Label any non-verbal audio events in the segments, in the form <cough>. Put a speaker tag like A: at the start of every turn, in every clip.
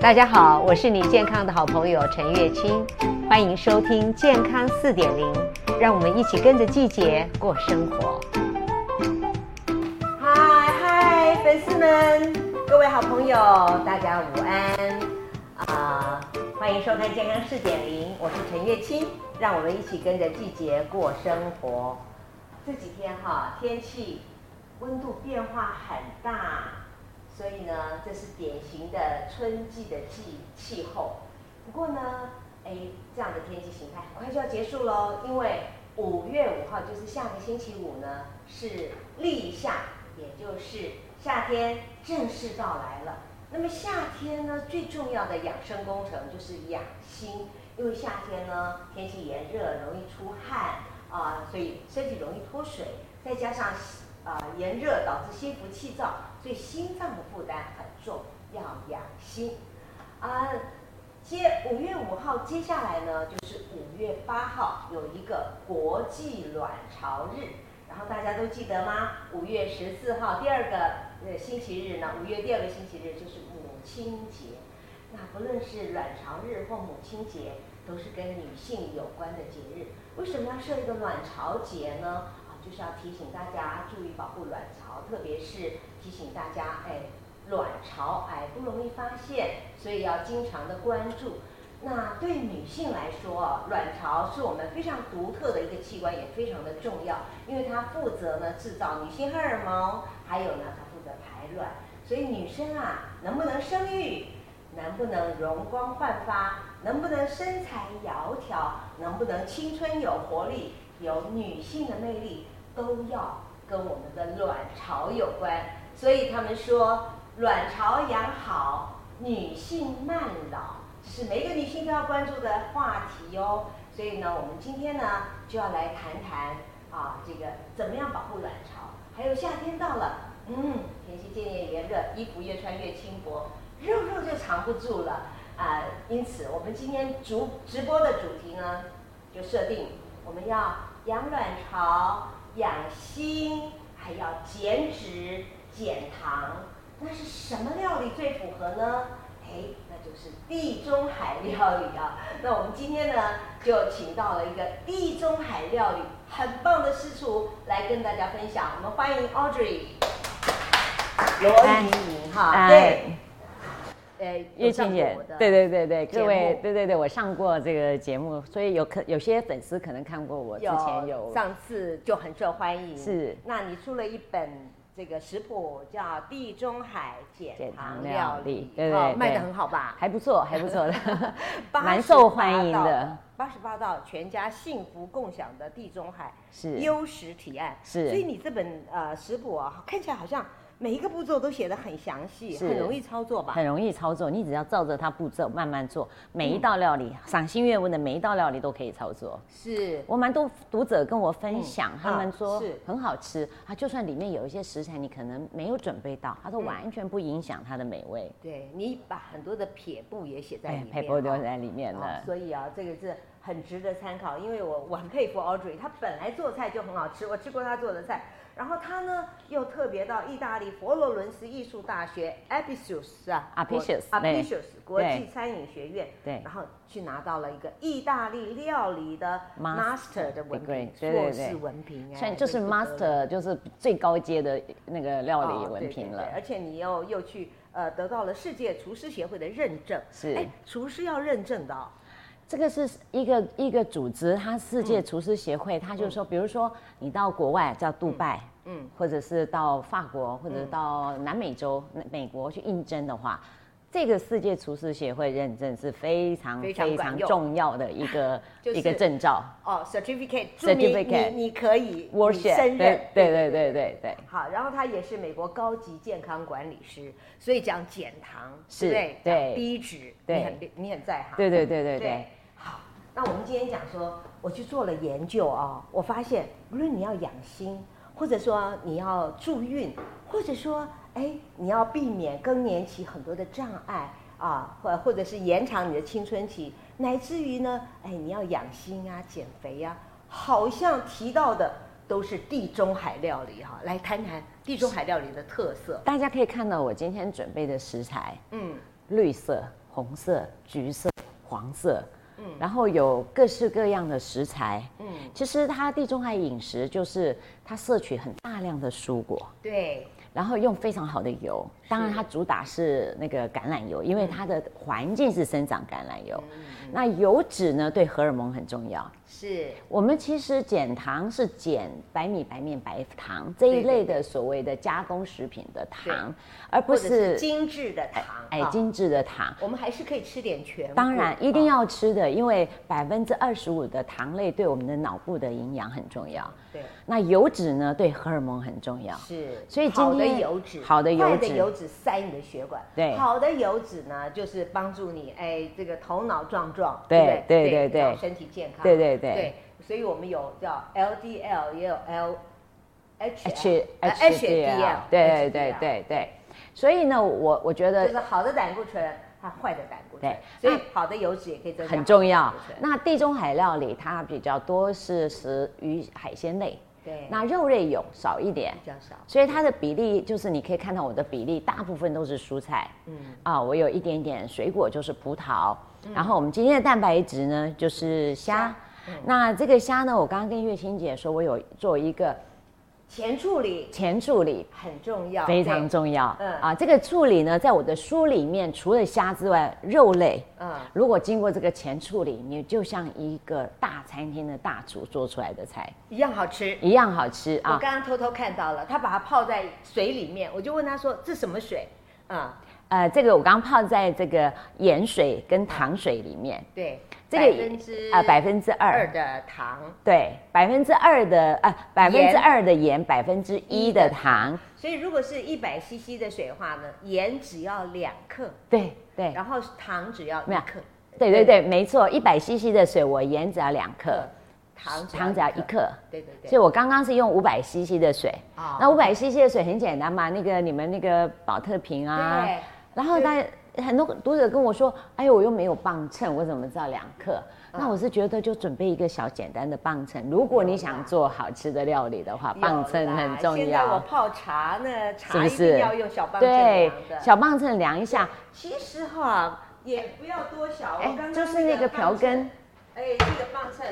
A: 大家好，我是你健康的好朋友陈月清，欢迎收听《健康四点零》，让我们一起跟着季节过生活。
B: 嗨嗨，粉丝们，各位好朋友，大家午安啊、欢迎收看《健康四点零》，我是陈月清，让我们一起跟着季节过生活。这几天哈，天气温度变化很大，所以呢，这是典型的春季的气气候。不过呢，哎，这样的天气形态很快就要结束喽，因为五月五号就是下个星期五呢，是立夏，也就是夏天正式到来了。那么夏天呢，最重要的养生工程就是养心，因为夏天呢天气炎热，容易出汗啊、所以身体容易脱水，再加上啊、炎热导致心浮气躁，所以心脏的负担很重，要养心啊。接五月五号，接下来呢就是五月八号有一个国际卵巢日，然后大家都记得吗？五月十四号第二个呃星期日呢，五月第二个星期日就是母亲节。那不论是卵巢日或母亲节，都是跟女性有关的节日。为什么要设一个卵巢节呢？啊，就是要提醒大家注意保护卵巢，特别是提醒大家，哎，卵巢癌不容易发现，所以要经常的关注。那对女性来说啊，卵巢是我们非常独特的一个器官，也非常的重要，因为它负责呢制造女性荷尔蒙，还有呢它负责排卵。所以女生啊，能不能生育，能不能容光焕发，能不能身材窈窕，能不能青春有活力，有女性的魅力，都要跟我们的卵巢有关。所以他们说，卵巢养好，女性慢老，这是每个女性都要关注的话题哦。所以呢，我们今天呢就要来谈谈啊，这个怎么样保护卵巢，还有夏天到了，嗯，天气渐渐炎热，衣服越穿越轻薄，肉肉就藏不住了啊、因此，我们今天主直播的主题呢，就设定我们要养卵巢、养心，还要减脂、减糖。那是什么料理最符合呢？哎，那就是地中海料理啊。 <laughs> 那我们今天呢，就请到了一个地中海料理很棒的师厨来跟大家分享。我们欢迎 Audrey 罗
A: 安
B: 怡莹哈，啊对。呃，
C: 哎叶
B: 庆
C: 庆
B: 姐
C: 姐，，
B: 对
C: 对对对对，
B: 节
C: 各位
B: 目，
C: 对对对，我上过这个节目，所以有可有些粉丝可能看过我之前有，
B: 上次就很受欢迎。
C: 是
B: 那你出了一本这个食谱叫《地中海减
C: 减
B: 糖
C: 糖
B: 料
C: 料
B: 理》
C: 理，对对
B: 哦卖的
C: 对
B: 很好吧？，
C: 还不错，还不错的
B: <laughs>
C: 蛮受欢迎的，
B: 八十八道全家幸福共享的地中海
C: 是
B: 优食提案。
C: 是
B: 所以你这本呃食谱啊，看起来好像每一个步骤都写的很详细，
C: 是
B: 很容易操作吧？
C: 很容易操作。你只要照着它步骤慢慢做，每
B: 嗯
C: 一道料理，赏心悦目的每一道料理都可以操作。
B: 是
C: 我蛮多读者跟我分享
B: 嗯，
C: 他们
B: 啊
C: 说
B: 是
C: 很好吃啊，就算里面有一些食材你可能没有准备到，
B: 嗯
C: 他说完全不影响它的美味，
B: 对你把很多的撇步也写在里
C: 哎
B: 面，，
C: 配料
B: 哦
C: 都在里面
B: 哦
C: 了。
B: 所以啊，这个是很值得参考，因为我 <laughs> 我很佩服 Audrey，她本来做菜就很好吃，我吃过她做的菜。然后她呢又特别到意大利佛罗伦斯艺术大学 Apicius 是吧
C: Apicius，
B: 国
C: 啊对
B: Apicius 国际
C: 对
B: 餐饮学院，
C: 对
B: 然后去拿到了一个意大利料理的
C: Master
B: Master 的文凭，
C: degree，对对
B: 硕
C: 对
B: 士文凭，哎
C: 算就是
B: 真不得了
C: master，就是最高阶的那个料
B: 哦
C: 理
B: 对
C: 文
B: 对
C: 凭
B: 对
C: 了。
B: 而且你又又去呃得到了世界厨师协会的认证，
C: 是
B: 哎，厨师要认证的、哦。
C: 这个是一个一个组织，它世界厨师协会，它就是说，比如说你到国外叫杜拜，
B: 嗯
C: 嗯，或者是到法国，或者到南美洲、那美国去应征的话。这个世界厨师协会认证是非常
B: 非常
C: 非
B: 管
C: 常
B: 用
C: 重要的一 <laughs> 个
B: 就是
C: 一个证照
B: 哦，certificate，注明
C: Certificate
B: 你你可以你
C: ，World Chef，
B: 胜任，
C: 对对对对对对，
B: 好，然后他也是美国高级健康管理师，所以讲减糖，
C: 是
B: 对不
C: 对
B: 讲低脂，
C: 对
B: 你很你很在行，
C: 对对对
B: 对
C: 对对，
B: 好，那我们今天讲说，我去做了研究啊、我发现无论你要养心，或者说你要助孕，或者说哎你要避免更年期很多的障碍啊，或或者是延长你的青春期，乃至于呢，哎你要养心啊、减肥啊，好像提到的都是地中海料理哈、来谈谈地中海料理的特色。
C: 大家可以看到我今天准备的食材，
B: 嗯，
C: 绿色、红色、橘色、黄色，嗯，然后有各式各样的食材，嗯，其实它地中海饮食就是它摄取很大量的蔬果，
B: 对，
C: 然后用非常好的油，当然它主打是那个橄榄油，
B: 嗯
C: 因为它的环境是生长橄榄油。那油脂呢，对荷尔蒙很重要。
B: 是
C: 我们其实减糖是减白米、白面、白糖这一类的所谓的加工食品的糖，而不
B: 或者是
C: 是
B: 精致的糖，
C: 哎
B: 啊
C: 精致的糖。
B: 我们还是可以吃点全谷，
C: 当然一定
B: 啊
C: 要吃的，因为百分之二十五的糖类对我们的脑部的营养很重要。
B: 对，
C: 那油脂呢，对荷尔蒙很重要。
B: 是，
C: 所以今
B: 好的
C: 天
B: 油脂，
C: 好的油
B: 坏
C: 脂
B: 油脂塞你的血管，
C: 对
B: 好的油脂呢，就是帮助你，哎，这个头脑壮壮，
C: 对
B: 不对
C: 对对对
B: 让身体健康，
C: 对对对
B: 对，所以我们有叫 LDL，也有 L。呃
C: H 呃 H D
B: HDL，
C: L，对对对，对对，所以呢，我我觉
B: HDL
C: 得
B: 就是好的胆固醇和坏的胆固醇所
C: 对，
B: 以好的油脂也可以增加
C: 很重要
B: 好的胆固。醇
C: 那地中海料理它比较多是食鱼海鲜类，
B: 对，
C: 那肉类有少一点
B: 比，较少，
C: 所以它的比例就是你可以看到我的比例，大部分都是蔬菜，
B: 嗯，
C: 啊，我有一点点水果就是葡萄，然后我们今天的蛋白质呢就是虾
B: 虾嗯，
C: 那这个虾呢，我刚刚跟月清姐说，我有做一个
B: 前处理
C: 前处理，
B: 很重要，
C: 非常
B: 对，
C: 重要。
B: 嗯
C: 啊，这个处理呢，在我的书里面，除了虾之外，肉类
B: 嗯，
C: 如果经过这个前处理，你就像一个大餐厅的大厨做出来的菜
B: 一样好吃，
C: 一样好吃
B: 我
C: 啊。
B: 刚刚偷偷看到了，他把它泡在水里面，我就问他说：“这什么水？”啊、
C: 呃，这个我刚泡在这个盐水跟糖水里面，
B: 对，
C: 这
B: 百
C: 个
B: 分之
C: 啊百分之
B: 二
C: 二，
B: 的糖，
C: 对，百分之二的呃百分之二的盐，百分之一的糖，
B: 所以如果是一百 CC 的水的话呢，盐只要两克，
C: 对对
B: 然后糖只要一
C: 没有
B: 克，
C: 对对对，没错，一百 CC 的水我盐只要两克，
B: 糖
C: 糖只要一，克。
B: 对对
C: 所以
B: 对，
C: 我刚刚是用五百 CC 的水，
B: 啊
C: 那五百 CC 的水很简单嘛，那个你们那个保特瓶啊，
B: 对
C: 然后大家很多读者跟我说，哎呦，我又没有磅秤，我怎么知道两克？
B: 嗯
C: 那我是觉得就准备一个小简单的磅秤，如果你想做好吃的料理的话，磅秤很重
B: 有啦现在我
C: 要，
B: 泡茶呢，
C: 是
B: 茶
C: 不
B: 一定
C: 是
B: 要用小棒
C: 对
B: 量，的。
C: 小磅秤量一下，
B: 其实哈，也不要多小，我
C: 哎
B: 刚刚
C: 就是那个瓢羹
B: 那个磅秤，哎，这个磅秤，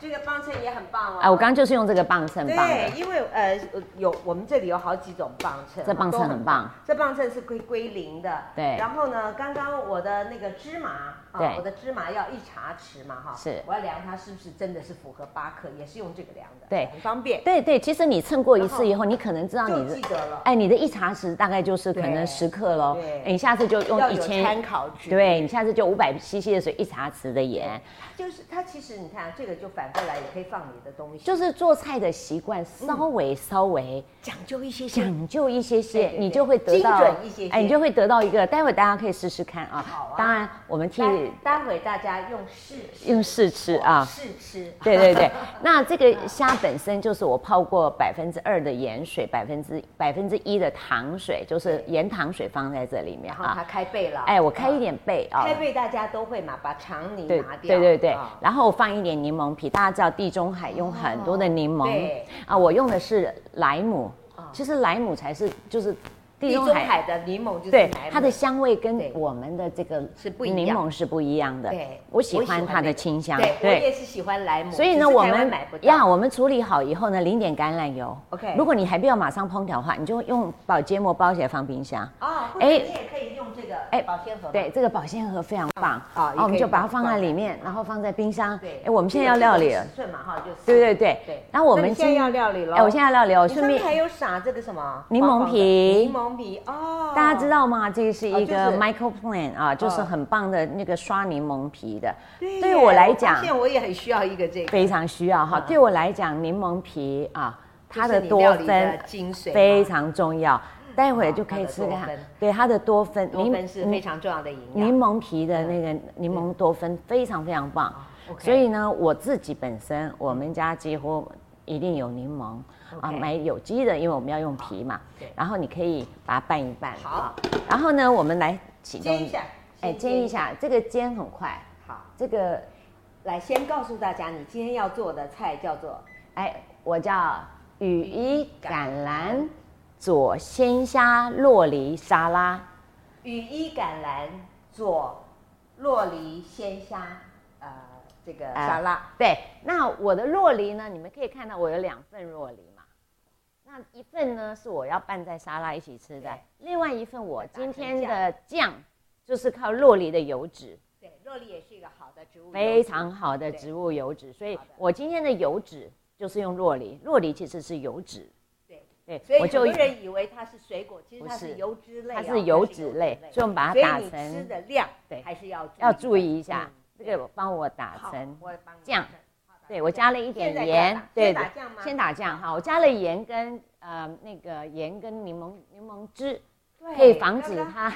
B: 这个磅秤也很棒哦。
C: 哎，我刚刚就是用这个磅秤磅的
B: 对，，因为呃有我们这里有好几种磅秤，
C: 这磅秤
B: 都
C: 很棒，
B: 这磅秤是归归零的。
C: 对
B: 然后呢，刚刚我的那个芝麻
C: 对
B: 啊，我的芝麻要一茶匙嘛哈，
C: 是
B: 我要量它是不是真的是符合八克，也是用这个量的，
C: 对
B: 很方便，
C: 对对，其实你称过一次以后，你可能知道
B: 就
C: 你的
B: 记。得了。
C: 哎，你的一茶匙大概就是可能
B: 对
C: 十克喽
B: 对，
C: 哎你下次就
B: 要
C: 用一
B: 有
C: 千
B: 参考值，，
C: 对你下次就五百 CC 的水，一茶匙的盐，
B: 就是它其实你看这个就反过来也可以放你的东西，
C: 就是做菜的习惯
B: 嗯
C: 稍微稍微
B: 讲究一些些
C: 讲究一些
B: 对
C: 些，
B: 对
C: 你
B: 对
C: 就会得
B: 精
C: 到
B: 准一些些
C: 哎，你就会得到一个。待会大家可以试试看啊。
B: 好啊
C: 当然，我们替
B: 待待会大家用试吃哦
C: 用试吃啊。
B: 试吃，
C: <laughs> 对对对，那这个虾本身就是我泡过百分之二的盐水，百分之百分之一的糖水，就是
B: 对
C: 盐糖水放在这里面
B: <laughs> 然后它
C: 啊。
B: 开背了，
C: 哎，我开一点倍啊，
B: 开背大家都会嘛，把肠泥
C: 对
B: 拿掉。
C: 对对对
B: 啊，
C: 然后放一点柠檬皮，大家知道地中海用很多的柠
B: 哦
C: 檬
B: 对
C: 啊，我用的是莱姆
B: 哦，
C: 其实莱姆才是就是地
B: 地
C: 中
B: 中
C: 海。
B: 海的柠檬就是
C: 对
B: 莱姆
C: 它的香味跟
B: 对
C: 我们的这个
B: 是不一
C: 柠
B: 样
C: 檬是不一样的。
B: 对，
C: 我喜欢它
B: 那
C: 的
B: 个
C: 清香。
B: 对，我也是喜欢莱姆，
C: 所以呢，
B: 哦只是
C: 我
B: 台湾
C: 们
B: 买不
C: 呀，
B: 到。
C: 我们处理好以后呢，淋点橄榄油。
B: OK
C: 如果你还不要马上烹调的话，你就用保鲜膜包起来放冰箱。
B: 啊，或者
C: 哎
B: 你也可以用这个
C: 哎
B: 保鲜盒嘛。
C: 对，这个保鲜盒非常棒
B: 啊也
C: 我们
B: 可以
C: 就把它
B: 放
C: 放在
B: 放
C: 里
B: 在
C: 面，然后放在冰箱。
B: 对，
C: 哎，我们现在要料理了
B: 尺。寸嘛哈，就是
C: 对对对
B: 对。
C: 然后我们
B: 那你现在要料理了。
C: 哎，我现在要料理哦，
B: 你
C: 顺
B: 上面
C: 便
B: 还有撒这个什么
C: 柠檬
B: 黄黄的
C: 皮
B: 柠檬皮哦，
C: 大家知道吗？这个是
B: 哦
C: 一
B: 就
C: 个
B: 是
C: Michael Plan 啊，就是
B: 哦
C: 很棒的那个刷柠檬皮的。
B: 对耶。
C: 对我来
B: 我
C: 讲
B: 发现我也很需要一个这个，
C: 非常需要哈。对我来讲，柠檬皮啊，它
B: 就是
C: 的
B: 你
C: 多
B: 料理的
C: 酚
B: 精髓嘛
C: 非常重要，待会儿就可以
B: 它的
C: 吃
B: 多
C: 看
B: 酚。
C: 对它的多酚，
B: 多
C: 柠
B: 酚是非常重要的营养。
C: 柠檬皮的那个柠檬多酚非常非常棒，
B: 啊 OK
C: 所以呢，我自己本身我们家几乎一定有柠檬
B: OK
C: 啊，买有机的，因为我们要用皮嘛
B: 对。
C: 然后你可以把它拌一拌。
B: 好，
C: 然后呢，我们来启动
B: 煎一下，
C: 哎，
B: 先
C: 煎一。下，这个煎很快，
B: 好，
C: 这个
B: 来先告诉大家，你今天要做的菜叫做
C: 哎，我叫羽衣橄榄左鲜虾洛梨沙拉，
B: 羽衣甘蓝佐洛梨鲜虾，呃，这个
C: 啊
B: 沙拉。
C: 对，那我的洛梨呢？你们可以看到我有两份洛梨嘛。那一份呢是我要拌在沙拉一起吃的
B: 对，
C: 另外一份我
B: 再打
C: 今
B: 成
C: 天的酱就是靠洛梨的油脂，
B: 对，洛梨也是一个好的植物油，
C: 非常好的
B: 对
C: 植物油脂，所以
B: 好的
C: 我今天的油脂就是用洛梨，洛梨其实是油脂。
B: 对。
C: 对，
B: 所以
C: 我
B: 很多
C: 就
B: 人以为它是水果，其实
C: 不
B: 它是
C: 是
B: 油脂类哦，
C: 它是油脂类，所以我们把它
B: 所
C: 打
B: 以你吃
C: 成
B: 的量
C: 对
B: 还是要
C: 要注意一下
B: 嗯，
C: 这个帮我打
B: 好
C: 成，
B: 我帮你
C: 酱
B: 打成。好打
C: 对
B: 成
C: 我加
B: 酱
C: 了一
B: 现在
C: 点
B: 就要
C: 盐
B: 打，
C: 对
B: 先
C: 对
B: 打酱吗？
C: 先打酱哈，我加了盐跟呃那个盐跟柠檬柠檬汁，
B: 对
C: 可以防止
B: 哦刚刚
C: 它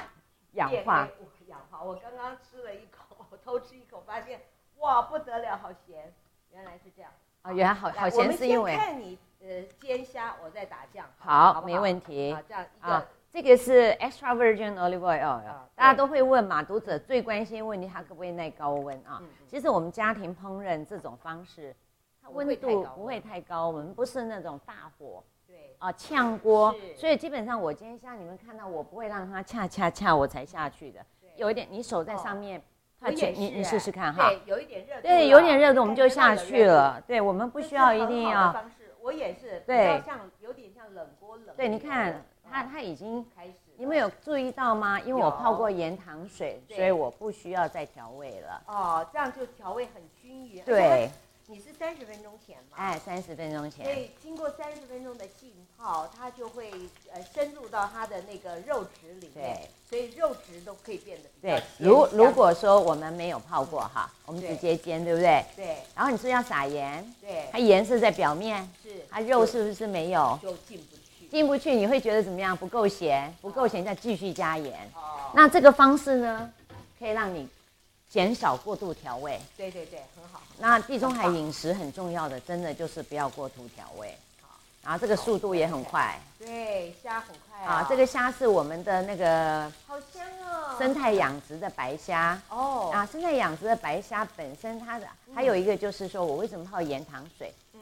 C: 氧
B: 也
C: 化
B: 可。以。我氧化，我刚刚吃了一口，我偷吃一口，发现哇不得了，好咸！原来是这样。
C: 哦，原来好
B: 来
C: 好
B: 我
C: 咸
B: 们
C: 是
B: 先
C: 因为
B: 看你呃煎虾，我再打酱。
C: 好，
B: 好不
C: 没问题
B: 好，。这样一
C: 啊
B: 个
C: 这个是 extra virgin olive oil，哦
B: 啊
C: 大家
B: 对
C: 都会问嘛，读者最关心问题，它可不可以耐高温啊？
B: 嗯
C: 其实我们家庭烹饪这种方式，它
B: 不会
C: 温
B: 太
C: 度
B: 高
C: 不会
B: 温
C: 太高，我们不是那种大火
B: 对
C: 啊炝锅，
B: 是
C: 所以基本上我今天像你们看到，我不会让它恰恰恰我才下去的，
B: 对
C: 有一点你手在
B: 哦
C: 上面，
B: 我
C: 它
B: 也
C: 去你你
B: 是
C: 试
B: 哎
C: 试看哈，
B: 对，有一点热度了，
C: 对，有点热度我们
B: 感
C: 就
B: 觉到
C: 下
B: 有
C: 去
B: 热度，
C: 了，对，我们不
B: 这
C: 需
B: 是
C: 要
B: 很
C: 一定
B: 好的
C: 要，
B: 方式，我也是，
C: 对
B: 对，像有点像冷锅冷。
C: 对，你看它
B: 它它
C: 它已经。
B: 开始了，
C: 你们有注意到吗？因为我
B: 有
C: 泡过盐糖水，
B: 对
C: 所以我不需要再调味了。
B: 哦，这样就调味很均匀。而且
C: 对，
B: 它，你是三十分钟前嘛？
C: 哎，三十分钟
B: 所
C: 前，
B: 以经过三十分钟的浸泡，它就会呃深入到它的那个肉质里面，
C: 对
B: 所以肉质都可以变得比较
C: 对
B: 鲜。
C: 如
B: 香
C: 如果说我们没有泡过哈，我们
B: 对
C: 直接煎，对不对？
B: 对
C: 然后你是不是要撒盐，
B: 对
C: 它盐是在表面，
B: 是
C: 它肉是不是没有
B: 就就进不去
C: 进不去？你会觉得怎么样？不够咸，不够咸再继续加盐。
B: 哦。
C: 那这个方式呢，可以让你减少过度调味。
B: 对对对，很好。
C: 那地中海饮食很重要的，真的就是不要过度调味
B: 好。
C: 然后这个速度也很快。
B: 对，虾很快
C: 啊，这个虾是我们的那个
B: 好香哦。
C: 生态养殖的白虾
B: 哦，
C: 啊，生态养殖的白虾本身它的还有一个就是说我为什么泡盐糖水？
B: 嗯，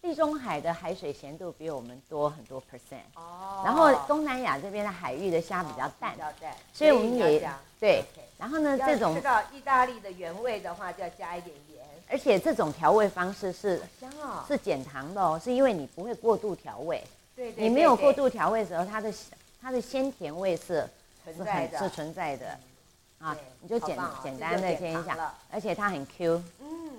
C: 地中海的海水咸度比我们多很多 percent，
B: 哦。
C: 然后东南亚这边的海域的虾比较淡
B: 比，较淡，
C: 所以我们
B: 你要
C: 也
B: 加
C: 对
B: OK。
C: 然后呢，
B: 要
C: 这种
B: 吃到意大利的原味的话，就要加一点盐。
C: 而且这种调味方式是
B: 好香哦。
C: 是减糖的哦，是因为你不会过度调味，
B: 对对，
C: 你没
B: 对
C: 有
B: 对
C: 过度调味的时候，它的它的鲜甜味是
B: 存
C: 是
B: 在
C: 很
B: 的
C: 是存在的啊
B: 对，
C: 你就
B: 好
C: 简
B: 棒哦
C: 简
B: 这
C: 单
B: 就
C: 的
B: 减
C: 煎一
B: 糖
C: 下
B: 了，
C: 而且它很 Q，
B: 嗯，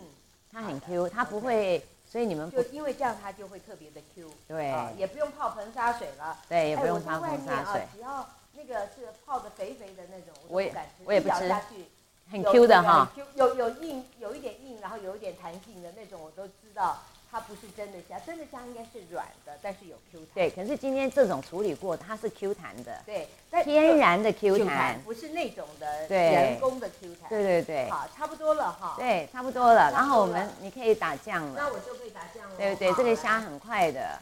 C: 它很
B: 好的
C: Q，它不会，所以你们
B: 就
C: 不
B: 因为这样它就会特别的 Q，
C: 对
B: 啊也不用泡硼砂水了，
C: 对，也
B: 哎
C: 不
B: 我
C: 用
B: 在
C: 放
B: 外
C: 红
B: 面
C: 砂水
B: 啊，，只要那个是泡的肥肥的那种，都
C: 我也
B: 不敢吃，
C: 我也不
B: 一咬
C: 吃
B: 下去
C: 很
B: 有
C: Q 的
B: 那个
C: 哈。
B: 很 Q，有有硬，有一点硬，然后有一点弹性的那种，我都知道它不是真的虾，真的虾应该是软的，但是有 Q 弹，
C: 对，可是今天这种处理过，它是 Q 弹的，
B: 对，但
C: 天然的 Q
B: Q
C: 弹
B: 弹，不是那种的
C: 对
B: 人工的 Q 弹，
C: 对对对
B: 好，差不多了哈，
C: 对，差不多
B: 差不多了
C: 了。然后我们你可以打酱了，
B: 那我就可以打酱了，
C: 对不对？
B: 好
C: 这个
B: 来
C: 虾很快的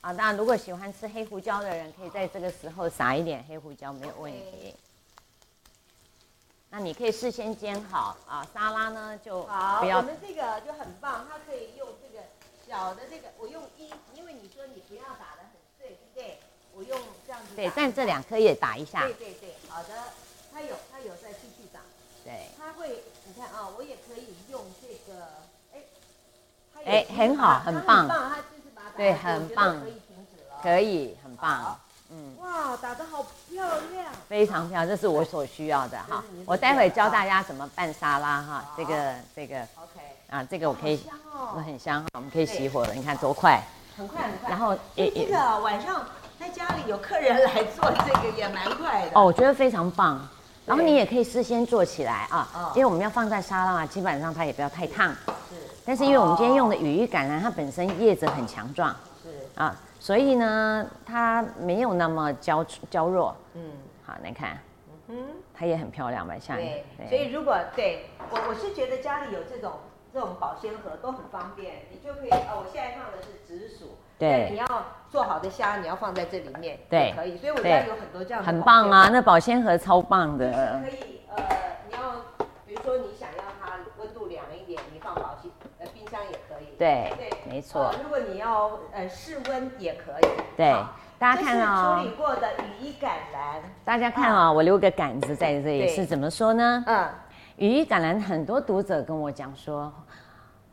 C: 啊，当然如果喜欢吃黑胡椒的人，可以在这个时候撒一点黑胡椒，没有问题。那你可以事先煎好啊，沙拉呢就
B: 好，
C: 不要
B: 我们这个就很棒，它可以用这个小的这个，我用一，因为你说你不要打的很碎，对不对？我用这样子打。
C: 对，但这两颗也打一下
B: 对。对对，好的，它有它有再继续打，
C: 对，
B: 它会，你看啊、我也可以用这个，哎，它有
C: 哎
B: 继续
C: 很好
B: 打
C: 很
B: 它
C: 棒
B: 棒，它就是把它打
C: 对
B: 下去
C: 很
B: 我觉得
C: 棒
B: 可以停止了，
C: 可以，很棒
B: 好，
C: 嗯，
B: 哇，打的好漂亮，
C: 非常漂亮，这是我所需要的哈
B: 这是你。所
C: 我待会
B: 需要
C: 教
B: 的
C: 大家怎么拌沙拉哈
B: 好，
C: 这个这个
B: OK，
C: 啊，这个我可以
B: 好，香
C: 我
B: 哦，
C: 很香哈，我们可以熄火了，你看多快。
B: 很快很快，
C: 然后
B: 所 <laughs>
C: 也
B: 以这
C: 也
B: 个晚上在家里有客人来做这个也蛮快的
C: 哦，我觉得非常棒。然后
B: 对
C: 你也可以事先做起来啊
B: 哦，
C: 因为我们要放在沙拉嘛，基本上它也不要太烫。
B: 是
C: 但是因为我们今天用的羽衣甘蓝，它本身叶子很强壮
B: 是，
C: 啊，所以呢，它没有那么娇娇弱。
B: 嗯
C: 好，你看
B: 嗯，
C: 它也很漂亮吧？像
B: 对，所以如果对我我是觉得家里有这种这种保鲜盒都很方便，你就可以啊、我现在放的是紫薯，
C: 对
B: 但你要做好的虾你要放在这里面，
C: 对
B: 也可以，所以我
C: 对
B: 家有很多这样的
C: 很
B: 保
C: 棒
B: 鲜
C: 啊，那保鲜盒超棒
B: 盒，
C: 的
B: 可。以呃你要比如说你想要它温度凉一点，你放保鲜呃冰箱也可以，
C: 对
B: 对，
C: 没错
B: 呃，如果你要呃室温也可以，
C: 对
B: 好，
C: 大家看
B: 这是处
C: 哦，
B: 理过的羽衣甘蓝，
C: 大家看哦，我留个杆子在这里
B: 对
C: 是怎么说呢？
B: 嗯。
C: 羽衣甘蓝很多读者跟我讲说，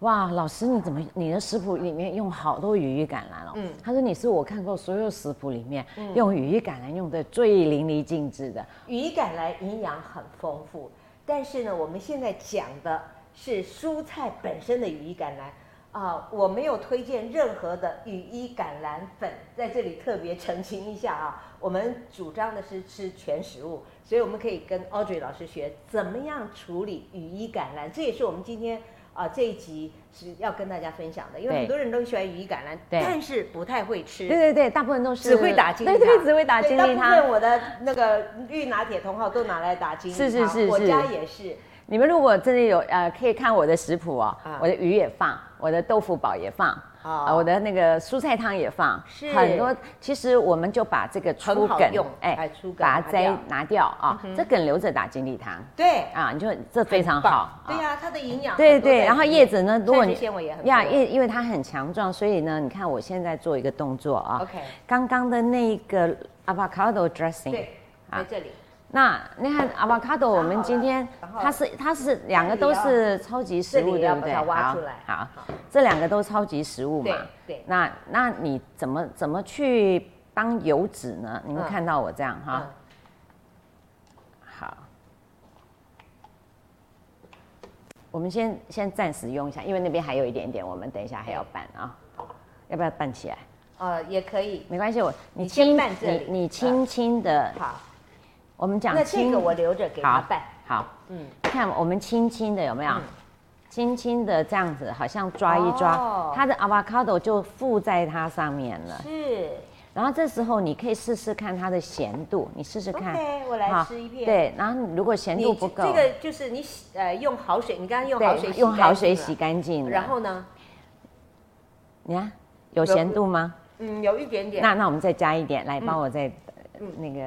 C: 哇，老师你怎么你的食谱里面用好多羽衣甘蓝哦？
B: 嗯
C: 他说你是我看过所有食谱里面、用羽衣甘蓝用的最淋漓尽致的。
B: 羽衣甘蓝营养很丰富，但是呢，我们现在讲的是蔬菜本身的羽衣甘蓝啊、我没有推荐任何的羽衣甘蓝粉，在这里特别澄清一下啊，我们主张的是吃全食物，所以我们可以跟 Audrey 老师学怎么样处理羽衣甘蓝，这也是我们今天。啊，这一集是要跟大家分享的，因为
C: 对
B: 很多人都喜欢羽衣甘蓝，
C: 对
B: 但是不太会吃。
C: 对对对，大部分都是
B: 只会打精力
C: 对对，只会打
B: 对
C: 精
B: 大
C: 力
B: 部
C: 汤。
B: 分我的那个绿拿铁同好都拿来打精力
C: 是是
B: 汤
C: 是
B: 我
C: 是
B: 家也是。
C: 你们如果真的有呃，可以看我的食谱哦，
B: 啊
C: 我的鱼也放，我的豆腐煲也放，
B: 哦
C: 啊，我的那个蔬菜汤也放，
B: 是
C: 很多。其实我们就把这个
B: 很
C: 粗
B: 好
C: 梗
B: 用哎粗梗
C: 把
B: 拿
C: 它摘
B: 掉嗯
C: 拿掉啊，这梗留着打精力汤
B: 对，
C: 啊，你就这非常
B: 棒
C: 好。啊
B: 对呀、它的营养
C: 对
B: 很多在
C: 对，然后
B: 里面
C: 叶子呢，如果
B: 膳
C: 你
B: 食纤维也很
C: 呀，
B: 多
C: 因因为它很强壮，所以呢，你看我现在做一个动作啊
B: OK
C: 刚刚的那个 avocado dressing，
B: 对在
C: 啊
B: 这里，
C: 那你看 avocado，我们今天
B: 然后
C: 它是它是两个都是超级食
B: 这
C: 物，
B: 里
C: 对
B: 要
C: 不
B: 把
C: 对？
B: 它挖
C: 好
B: 出来
C: 好
B: 好，
C: 这两个都超级食物嘛
B: 对。对
C: 那那你怎么怎么去当油脂呢？你们
B: 嗯
C: 看到我这样哈
B: 嗯，，
C: 好。我们先先暂时用一下，因为那边还有一点点，我们等一下还要拌啊，要不要拌起来？
B: 呃，也可以。
C: 没关系，我你
B: 先
C: 轻
B: 拌这
C: 你
B: 里
C: 你轻轻的，
B: 好，
C: 我们讲
B: 那这
C: 轻
B: 个我留着给它
C: 好
B: 拌。
C: 好，
B: 嗯，
C: 看我们轻轻的有没有？
B: 嗯
C: 轻轻的这样子，好像抓一抓，
B: 哦
C: 它的 avocado 就附在它上面了。
B: 是
C: 然后这时候你可以试试看它的咸度，你试试看。
B: OK，我来
C: 好
B: 吃一片。，
C: 对，然后如果咸
B: 你
C: 度不够，
B: 这个就是你洗呃用好水，你刚刚用好水
C: 对
B: 洗
C: 用好
B: 干
C: 水
B: 净
C: 洗
B: 了，
C: 干净了。
B: 然后呢，
C: 你看有咸度吗？
B: 嗯，有一点点
C: 那那我们再加一点，来
B: 嗯
C: 帮我再、呃那个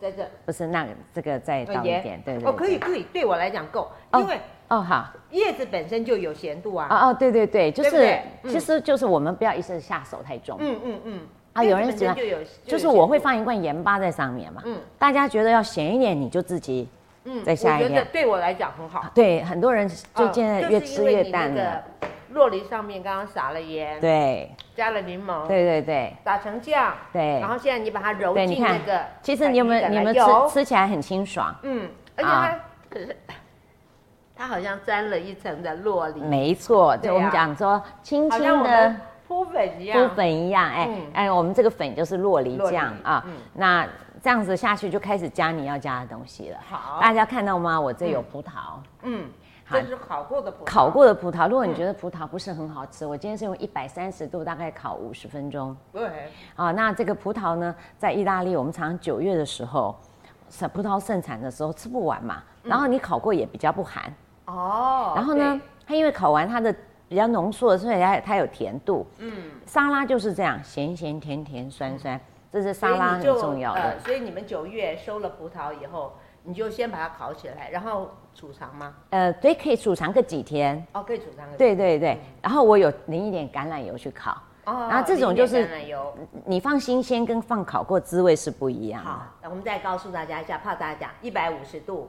B: 在这。
C: 不是那个这个再
B: 嗯呃
C: 倒一
B: 盐
C: 点，对对
B: 哦，可以
C: 对
B: 可以，对我来讲够，
C: 嗯哦
B: 因为
C: 哦好。
B: 叶子本身就有咸度啊。
C: 哦哦，对对对，就
B: 对
C: 是
B: 不对嗯
C: 其实就是我们不要一次下手太重，
B: 嗯嗯嗯。
C: 啊
B: 叶子
C: 有人
B: 本
C: 喜
B: 身
C: 欢
B: 就有，
C: 就是
B: 有
C: 我
B: 咸
C: 会
B: 度。
C: 放一罐盐巴在上面嘛，
B: 嗯
C: 大家觉得要咸一点，你就自己
B: 嗯
C: 再下一
B: 我觉得
C: 点
B: 对我来讲很好。
C: 对，很多人就
B: 嗯
C: 现在越吃越淡
B: 就是因为你
C: 了，。
B: 那个洛梨上面刚刚撒了盐，
C: 对
B: 加了柠檬，，
C: 对对对
B: 打成酱，
C: 对
B: 然后现在你把它揉
C: 对，你
B: 进那
C: 看
B: 个，，
C: 其实你有没有你们吃
B: 有，
C: 吃起来很清爽，
B: 嗯，而且它
C: 啊，
B: 它好像沾了一层的洛梨，
C: 没错，
B: 对
C: 就
B: 啊
C: 我们讲说轻
B: 好像
C: 轻
B: 我
C: 的
B: 们铺粉一样
C: 敷。粉一样，哎
B: 嗯
C: 哎，我们这个粉就是洛梨
B: 洛梨
C: 酱啊
B: 嗯，
C: 那这样子下去就开始加你要加的东西了。
B: 好
C: 大家看到吗？我这有葡萄。
B: 嗯，
C: 啊好
B: 这是烤过的葡萄，
C: 烤过的葡萄，
B: 嗯
C: 如果你觉得葡萄不是很好吃，我今天是用一百三十度大概烤五十分钟
B: 对，
C: 啊。那这个葡萄呢，在意大利我们常常九月的时候，盛葡萄盛产的时候吃不完嘛，然后你烤过也比较不寒，
B: 嗯哦，
C: 然后呢，它因为烤完它的比较浓缩，所以它它有甜度。
B: 对，嗯，
C: 沙拉就是这样，咸咸甜甜酸酸，这是
B: 所
C: 沙
B: 以
C: 拉
B: 你
C: 很
B: 就
C: 重要的
B: 呃。所以你们九月收了葡萄以后，你就先把它烤起来，然后储藏吗？
C: 呃，所以可以储藏个几天。
B: 哦，可以储藏的。
C: 对对对，然后我有淋一点橄榄油去烤。
B: 哦，
C: 然后这种就是嗯
B: 淋点橄榄油。
C: 你放新鲜跟放烤过滋味是不一样的。
B: 好，那我们再告诉大家一下，怕大家一百五十度，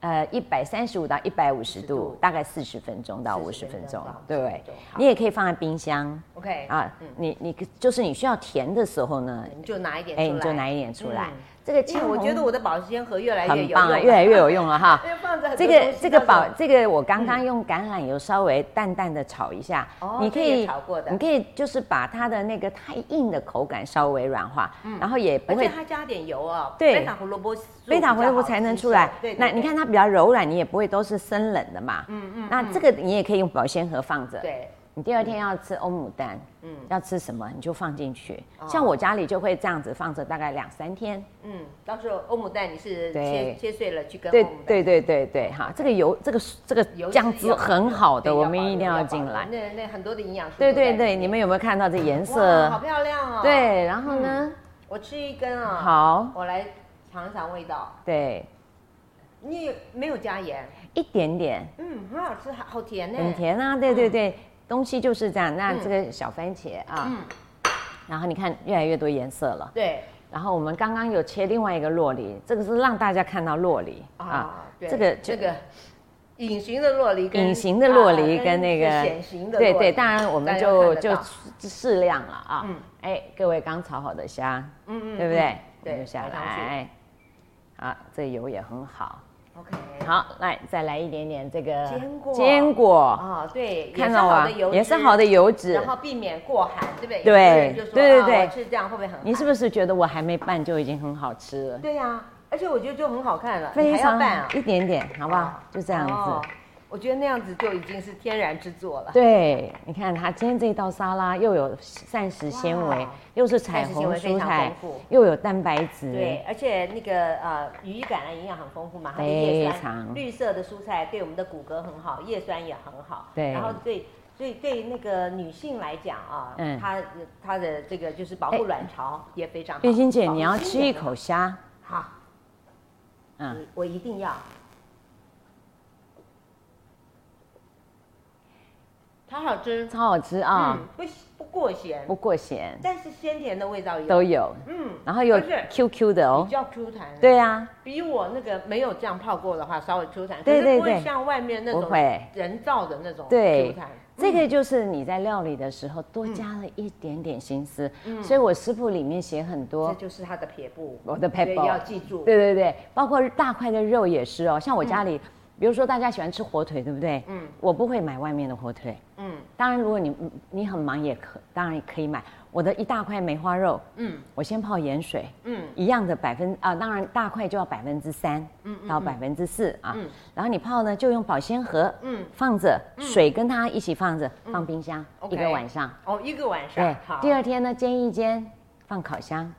C: 呃，一百三十五到一百五十度
B: 度，
C: 大概四十分钟到五
B: 40
C: 十分
B: 分
C: 钟
B: 钟到，
C: 对不
B: 50
C: 对
B: 分钟？好
C: 你也可以放在冰箱
B: OK
C: 啊
B: 嗯，
C: 你你就是你需要甜的时候呢，
B: 你就拿一点出
C: 哎，
B: 来，
C: 你就拿一点出来
B: 嗯。
C: 这个
B: 因为
C: 青
B: 我
C: 红
B: 觉得我的保鲜盒越来越
C: 很
B: 有
C: 棒啊，
B: 用
C: 越来越有用了哈
B: <laughs> 。因为放着很多
C: 这个
B: 东西
C: 这个
B: 到时候
C: 保这个我刚刚用橄榄油稍微淡淡的炒一下
B: 哦，
C: 你可
B: 这个也
C: 以
B: 炒过的
C: 你可以就是把它的那个太硬的口感稍微软化，然后也
B: 嗯
C: 不
B: 而且
C: 会
B: 它加点油哦，
C: 对
B: 贝塔胡萝卜素
C: 贝塔
B: 比
C: 胡
B: 较
C: 萝卜
B: 好
C: 才能
B: 吸
C: 出来
B: 收。对，对
C: 那你
B: 对
C: 看它比较柔软，你也不会都是生冷的嘛。
B: 嗯
C: 嗯
B: 嗯
C: 嗯。那这个你也可以用保鲜盒放着。。
B: 对，
C: 你第二天要吃欧姆蛋，
B: 嗯
C: 嗯，要吃什么你就放进去。
B: 哦
C: 像我家里就会这样子放着，大概两三天。
B: 嗯，到时候欧姆蛋你是切
C: 对
B: 切碎了去跟
C: 对
B: 欧姆蛋
C: 对对对对，哈，这个油这个这个
B: 油
C: 酱
B: 是
C: 汁
B: 要
C: 很好
B: 对
C: 的，我们一定
B: 保
C: 要
B: 留
C: 进
B: 保留
C: 来。
B: 那那很多的营养素都在
C: 对
B: 里面。
C: 对对，你们有没有看到这颜
B: 哇，好
C: 色？
B: 漂亮哦！，
C: 对，然后呢？
B: 我吃一根啊。，
C: 好，
B: 我来尝一尝味道。
C: 对，
B: 你没有加盐，
C: 一点点，
B: 嗯，很好吃，好好甜呢。
C: 很。甜啊，对对对，东西就是这样。那
B: 嗯
C: 这个小番茄啊，
B: 嗯，
C: 然后你看越来越多颜色了。
B: 对，
C: 然后我们刚刚有切另外一个洛梨，这个是让大家看到洛梨啊
B: 啊，对
C: 这个
B: 这
C: 这
B: 个
C: 个
B: 隐形的洛梨跟
C: 隐形的洛梨
B: 啊
C: 跟那
B: 是
C: 个
B: 显形的洛
C: 对
B: 梨，
C: 对，当然我们
B: 大家看
C: 就
B: 得
C: 就
B: 到
C: 适量了啊。
B: 嗯
C: 哎，各位刚炒好的虾，
B: 嗯嗯，
C: 对不对？
B: 对
C: 就下
B: 放上去
C: 来。啊，这油也很好。
B: 嗯？OK，
C: 好，来再来一点点这个
B: 坚果
C: 坚果，
B: 啊，对，
C: 看到啊
B: 也是好的油，
C: 也是好的
B: 油
C: 油脂
B: 然。后避免过寒，对不对？有
C: 对
B: 的人就说
C: 对对
B: 啊
C: 对
B: 我吃这样会不会很寒？
C: 你是不是觉得我还没拌就已经很好吃了？
B: 对呀，而且我觉得就很好看了，你
C: 非
B: 还要
C: 常
B: 拌啊，
C: 一点点，好不好
B: 啊？
C: 就这样
B: 哦
C: 子。
B: 我觉得那样子就已经是天然之作了。
C: 对，你看它今天这一道沙拉又有膳食纤维
B: 哇，
C: 又是彩
B: 膳食纤
C: 虹
B: 维非
C: 蔬
B: 常
C: 菜
B: 丰富，
C: 又有蛋白质。
B: 对，而且那个呃，羽衣甘蓝营养很丰富嘛，它的叶
C: 非常
B: 酸，绿色的蔬菜对我们的骨骼很好，叶酸也很好。
C: 对
B: 然后对对对那个女性来讲啊，
C: 嗯
B: 它它的这个就是保
C: 哎
B: 护卵巢也非常好。
C: 月心姐，
B: 保护
C: 你要
B: 心
C: 吃
B: 也
C: 一
B: 很好。
C: 口虾，
B: 好，
C: 嗯，
B: 我一定要。它好吃，
C: 超好吃啊，
B: 嗯，不不过咸，
C: 不过咸
B: 但是鲜甜的味道有，
C: 都有，
B: 嗯，
C: 然后有
B: 而且
C: QQ
B: 比
C: 的哦，
B: 较 Q 弹。
C: 对啊，
B: 比我那个没有这样泡过的话稍微 Q 弹，可是
C: 对
B: 不
C: 对对
B: 会像外面那
C: 不
B: 种嗯
C: 会
B: 人造的那种 Q
C: 对
B: 弹。
C: 这个就是你在料理的时候多
B: 嗯
C: 加了一点点心思，所以我食谱里面写很
B: 这
C: 多
B: 嗯就是它的撇步，
C: 我的
B: 所以
C: pepper，
B: 要记住。
C: 对对对，包括大块的肉也是哦，像我家里，比如说大家喜欢吃火腿，对不对？
B: 嗯
C: 我不会买外面的火腿。
B: 嗯
C: 当然，如果你嗯你很忙也可，当然也可以买。我的一大块梅花肉，
B: 嗯
C: 我先泡盐水，
B: 嗯
C: 一样的百分啊、当然大块就要百分之三到百分之四啊。
B: 嗯
C: 然后你泡呢，就用保鲜盒，
B: 嗯
C: 放着水跟它一起放着，放冰箱一
B: OK
C: 个晚上。
B: 哦，一个晚上
C: 对，
B: 好。
C: 第二天呢，煎一煎，放烤箱，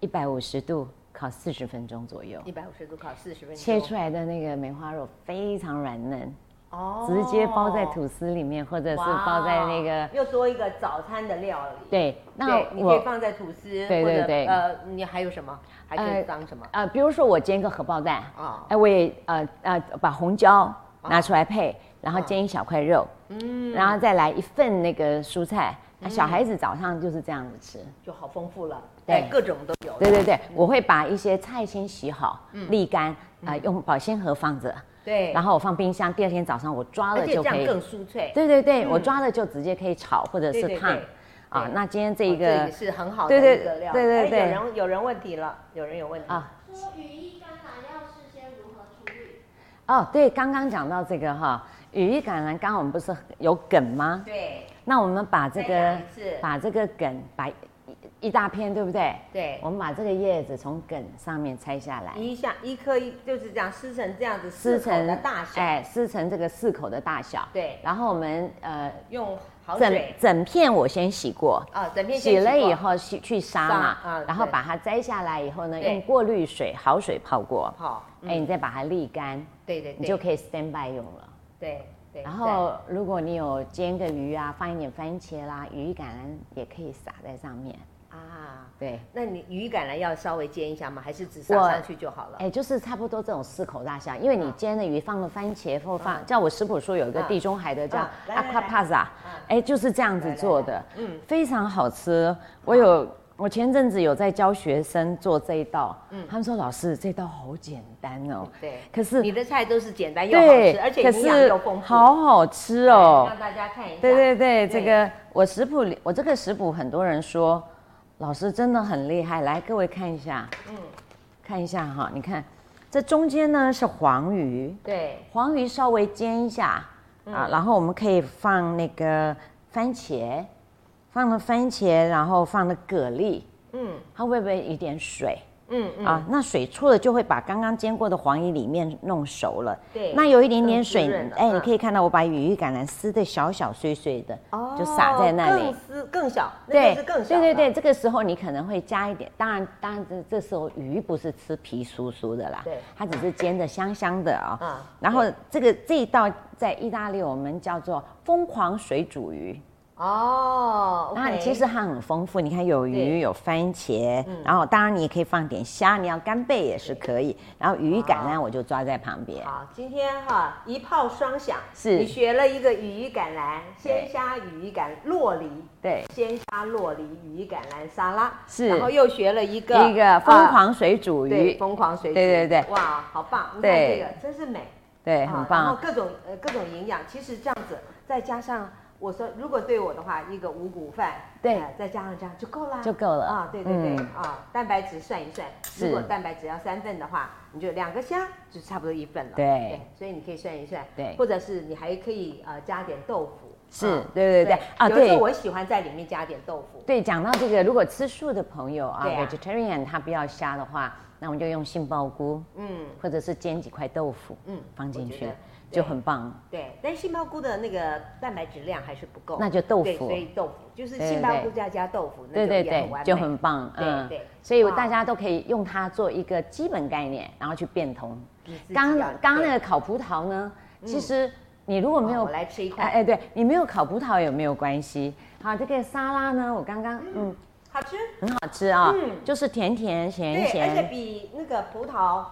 C: 一百五十度烤四十分钟左右。
B: 一百五十度烤四十分钟，
C: 切出来的那个梅花肉非常软嫩，
B: 哦，
C: 直接包在吐司里面，或者是包在那
B: 哇
C: 个
B: 又多一个早餐的料理。
C: 对。那
B: 对你可以
C: 我
B: 放在吐司，
C: 对
B: 或者
C: 对对
B: 呃，你还有什么？还可以
C: 呃
B: 当什么？
C: 呃，比如说我煎个荷包蛋，
B: 啊
C: 哎，我也呃呃把红椒拿出来配，然后煎一小块肉，
B: 嗯，
C: 然后再来一份那个蔬菜。那小孩子早上就是这样子吃。
B: 就好丰富了，
C: 对
B: 哎各种都有。
C: 对对对，我会把一些菜先洗好，
B: 嗯
C: 沥干，呃，用保鲜盒放着，
B: 对，
C: 然后我放冰箱，第二天早上我抓
B: 而
C: 了
B: 且
C: 就
B: 这
C: 可
B: 样
C: 以。
B: 更酥脆。
C: 对对对，我抓了就直接可以炒或者
B: 对
C: 是
B: 对
C: 烫
B: 对
C: 啊。
B: 对
C: 那今天这
B: 哦
C: 一个
B: 也是很好的
C: 对
B: 一
C: 对
B: 个料。
C: 对对
B: 哎
C: 对
B: 有人有人问题了，有人有问题
C: 啊。
D: 说羽衣甘蓝要事先如何处理？
C: 哦，对，刚刚讲到这个哈，羽衣甘蓝，刚刚我们不是有梗吗？
B: 对
C: 那我们把这
B: 再
C: 个
B: 讲一次
C: 把这个梗把一一大片，对不对？
B: 对
C: 我们把这个叶子从梗上面拆下来，
B: 一下一颗一就是这样撕成这样子，
C: 撕
B: 四口的大小，
C: 哎，撕成这个四口的大小。
B: 对
C: 然后我们呃，
B: 用好
C: 整
B: 水
C: 整片我先洗过，
B: 啊，整片先
C: 洗了
B: 过
C: 以后去去沙
B: 杀
C: 嘛，
B: 啊
C: 然后
B: 对
C: 把它摘下来以后呢，
B: 对
C: 用过滤水好水泡过，
B: 好，嗯
C: 哎、你再把它沥干，
B: 对对
C: 你就
B: 对
C: 可以 stand by 用了。
B: 对对，
C: 然后如果你有煎个鱼啊，放一点番茄啦、鱼橄榄也可以撒在上面。
B: 对啊，
C: 对，
B: 那你鱼橄榄要稍微煎一下吗？还是只撒
C: 我
B: 上去就好了？
C: 哎，就是差不多这种四口大小，因为
B: 嗯
C: 你煎的鱼放了番茄或放，叫我食谱说有一个
B: 啊
C: 地中海的叫
B: 啊嗯来来
C: aqua
B: 来
C: pasta，哎，就是这样子
B: 来来
C: 做
B: 来
C: 的，
B: 嗯
C: 非常好吃。我有我前阵子有在教学生做这一道，
B: 嗯
C: 他们说老师这道好简单哦，
B: 对
C: 可是
B: 你的菜都是简单又好
C: 对
B: 吃，，而且
C: 可
B: 营养
C: 是
B: 又丰富，
C: 好好吃哦，
B: 让大家看一下。
C: 对对对，这
B: 对
C: 个我食谱里，我这个食谱很多人说，老师真的很厉害。来，各位看一下，嗯，看一下哈，你看这中间呢是黄鱼，
B: 对
C: 黄鱼稍微煎一下、
B: 嗯
C: 啊，然后我们可以放那个番茄，放了番茄，然后放了蛤蜊，
B: 嗯
C: 它会不会有点水？
B: 嗯嗯，
C: 啊，那水出了就会把刚刚煎过的黄鱼里面弄熟了。
B: 对
C: 那有一点点
B: 更滋
C: 水
B: 润，了
C: 哎，
B: 嗯
C: 你可以看到我把羽衣甘蓝撕的小小碎碎的，
B: 哦
C: 就撒在那里
B: 更。丝更小，那
C: 对，
B: 就是更小
C: 对
B: 了。
C: 对对，这个时候你可能会加一点，当然，当然这这时候鱼不是吃皮酥酥的啦，
B: 对
C: 它只是煎的香香的啊、
B: 啊
C: 然后这个这一道在意大利我们叫做疯狂水煮鱼，
B: 哦，
C: 那
B: OK
C: 其实它很丰富，你看有
B: 对嗯
C: 鱼有番茄，然后当然你也可以放点虾，你要干贝也是可以，然后鱼橄榄我就抓在旁边。
B: 好，今天哈一炮双响，
C: 是
B: 你学了一个羽衣甘蓝鲜
C: 对
B: 虾羽衣甘洛梨
C: 对，
B: 鲜虾洛梨羽衣甘蓝沙拉，
C: 是
B: 然后又学了一个
C: 一个疯
B: 啊
C: 狂水煮
B: 对
C: 鱼，
B: 疯狂水煮，
C: 对对对
B: 哇，好棒！你看
C: 对
B: 这个真是美，
C: 对，
B: 啊
C: 很
B: 然后
C: 棒。
B: 各种呃各种营养，其实这样子再加上我说，如果对我的话，一个五谷饭，
C: 对
B: 呃再加上这样就够啦，
C: 就够了
B: 啊，对对对
C: 嗯
B: 啊，蛋白质算一算，
C: 是
B: 如果蛋白质要三份的话，你就两个虾就差不多一份了，
C: 对
B: 所以你可以算一算，
C: 对
B: 或者是你还可以呃加点豆腐，
C: 是
B: 啊，
C: 对对对啊，
B: 有时候
C: 对
B: 我喜欢在里面加点豆腐，
C: 对，讲到这个，如果吃素的朋友啊
B: 对啊
C: v e g e t a r i a n 他不要虾的话，那我们就用杏鲍菇，
B: 嗯
C: 或者是煎几块豆腐，
B: 嗯
C: 嗯，放进
B: 我觉
C: 去
B: 得对
C: 就很棒。
B: 对，但杏鲍菇的那个蛋白质量还是不够，
C: 那就豆
B: 对
C: 腐
B: 所以豆腐就是
C: 对
B: 杏
C: 对
B: 鲍
C: 对
B: 菇再加豆腐，那
C: 对
B: 就
C: 对
B: 也
C: 对
B: 很完，美
C: 就很棒，嗯
B: 对对
C: 所以
B: 哇
C: 大家都可以用它做一个基本概念，然后去变通
B: 你自。己
C: 刚
B: 要
C: 刚那
B: 对
C: 个烤葡萄呢，其实你如果没
B: 哦
C: 有
B: 我来吃一块
C: 哎哎，对你没有烤葡萄也没有关系。好，这个沙拉呢，我刚刚嗯
B: 好吃，
C: 很好吃啊
B: 嗯，
C: 就是甜甜咸
B: 对，而且
C: 咸，
B: 比那个葡萄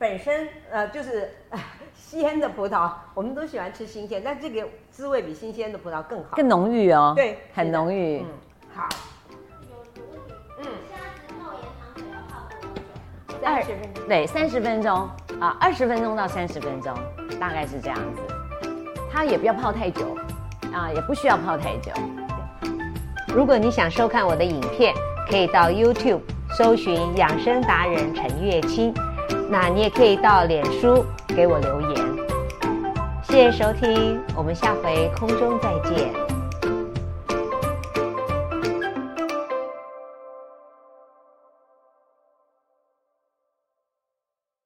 B: 本身呃就是 <laughs> 呃鲜的葡萄，我们都喜欢吃新鲜，但这个滋味比新鲜的葡萄更好。
C: 更浓郁哦，
B: 对
C: 很
B: 是的
C: 浓郁
B: 嗯。，好，
D: 有毒品。
B: 嗯
D: 虾子泡盐糖水要泡多久？
B: 三十分钟。
C: 对，三十分钟啊，二十分钟到三十分钟，大概是这样子。它也不要泡太久，啊，也不需要泡太久。
A: 如果你想收看我的影片，可以到 YouTube 搜寻“养生达人陈月清”，那你也可以到脸书给我留言。谢谢收听，我们下回空中再见。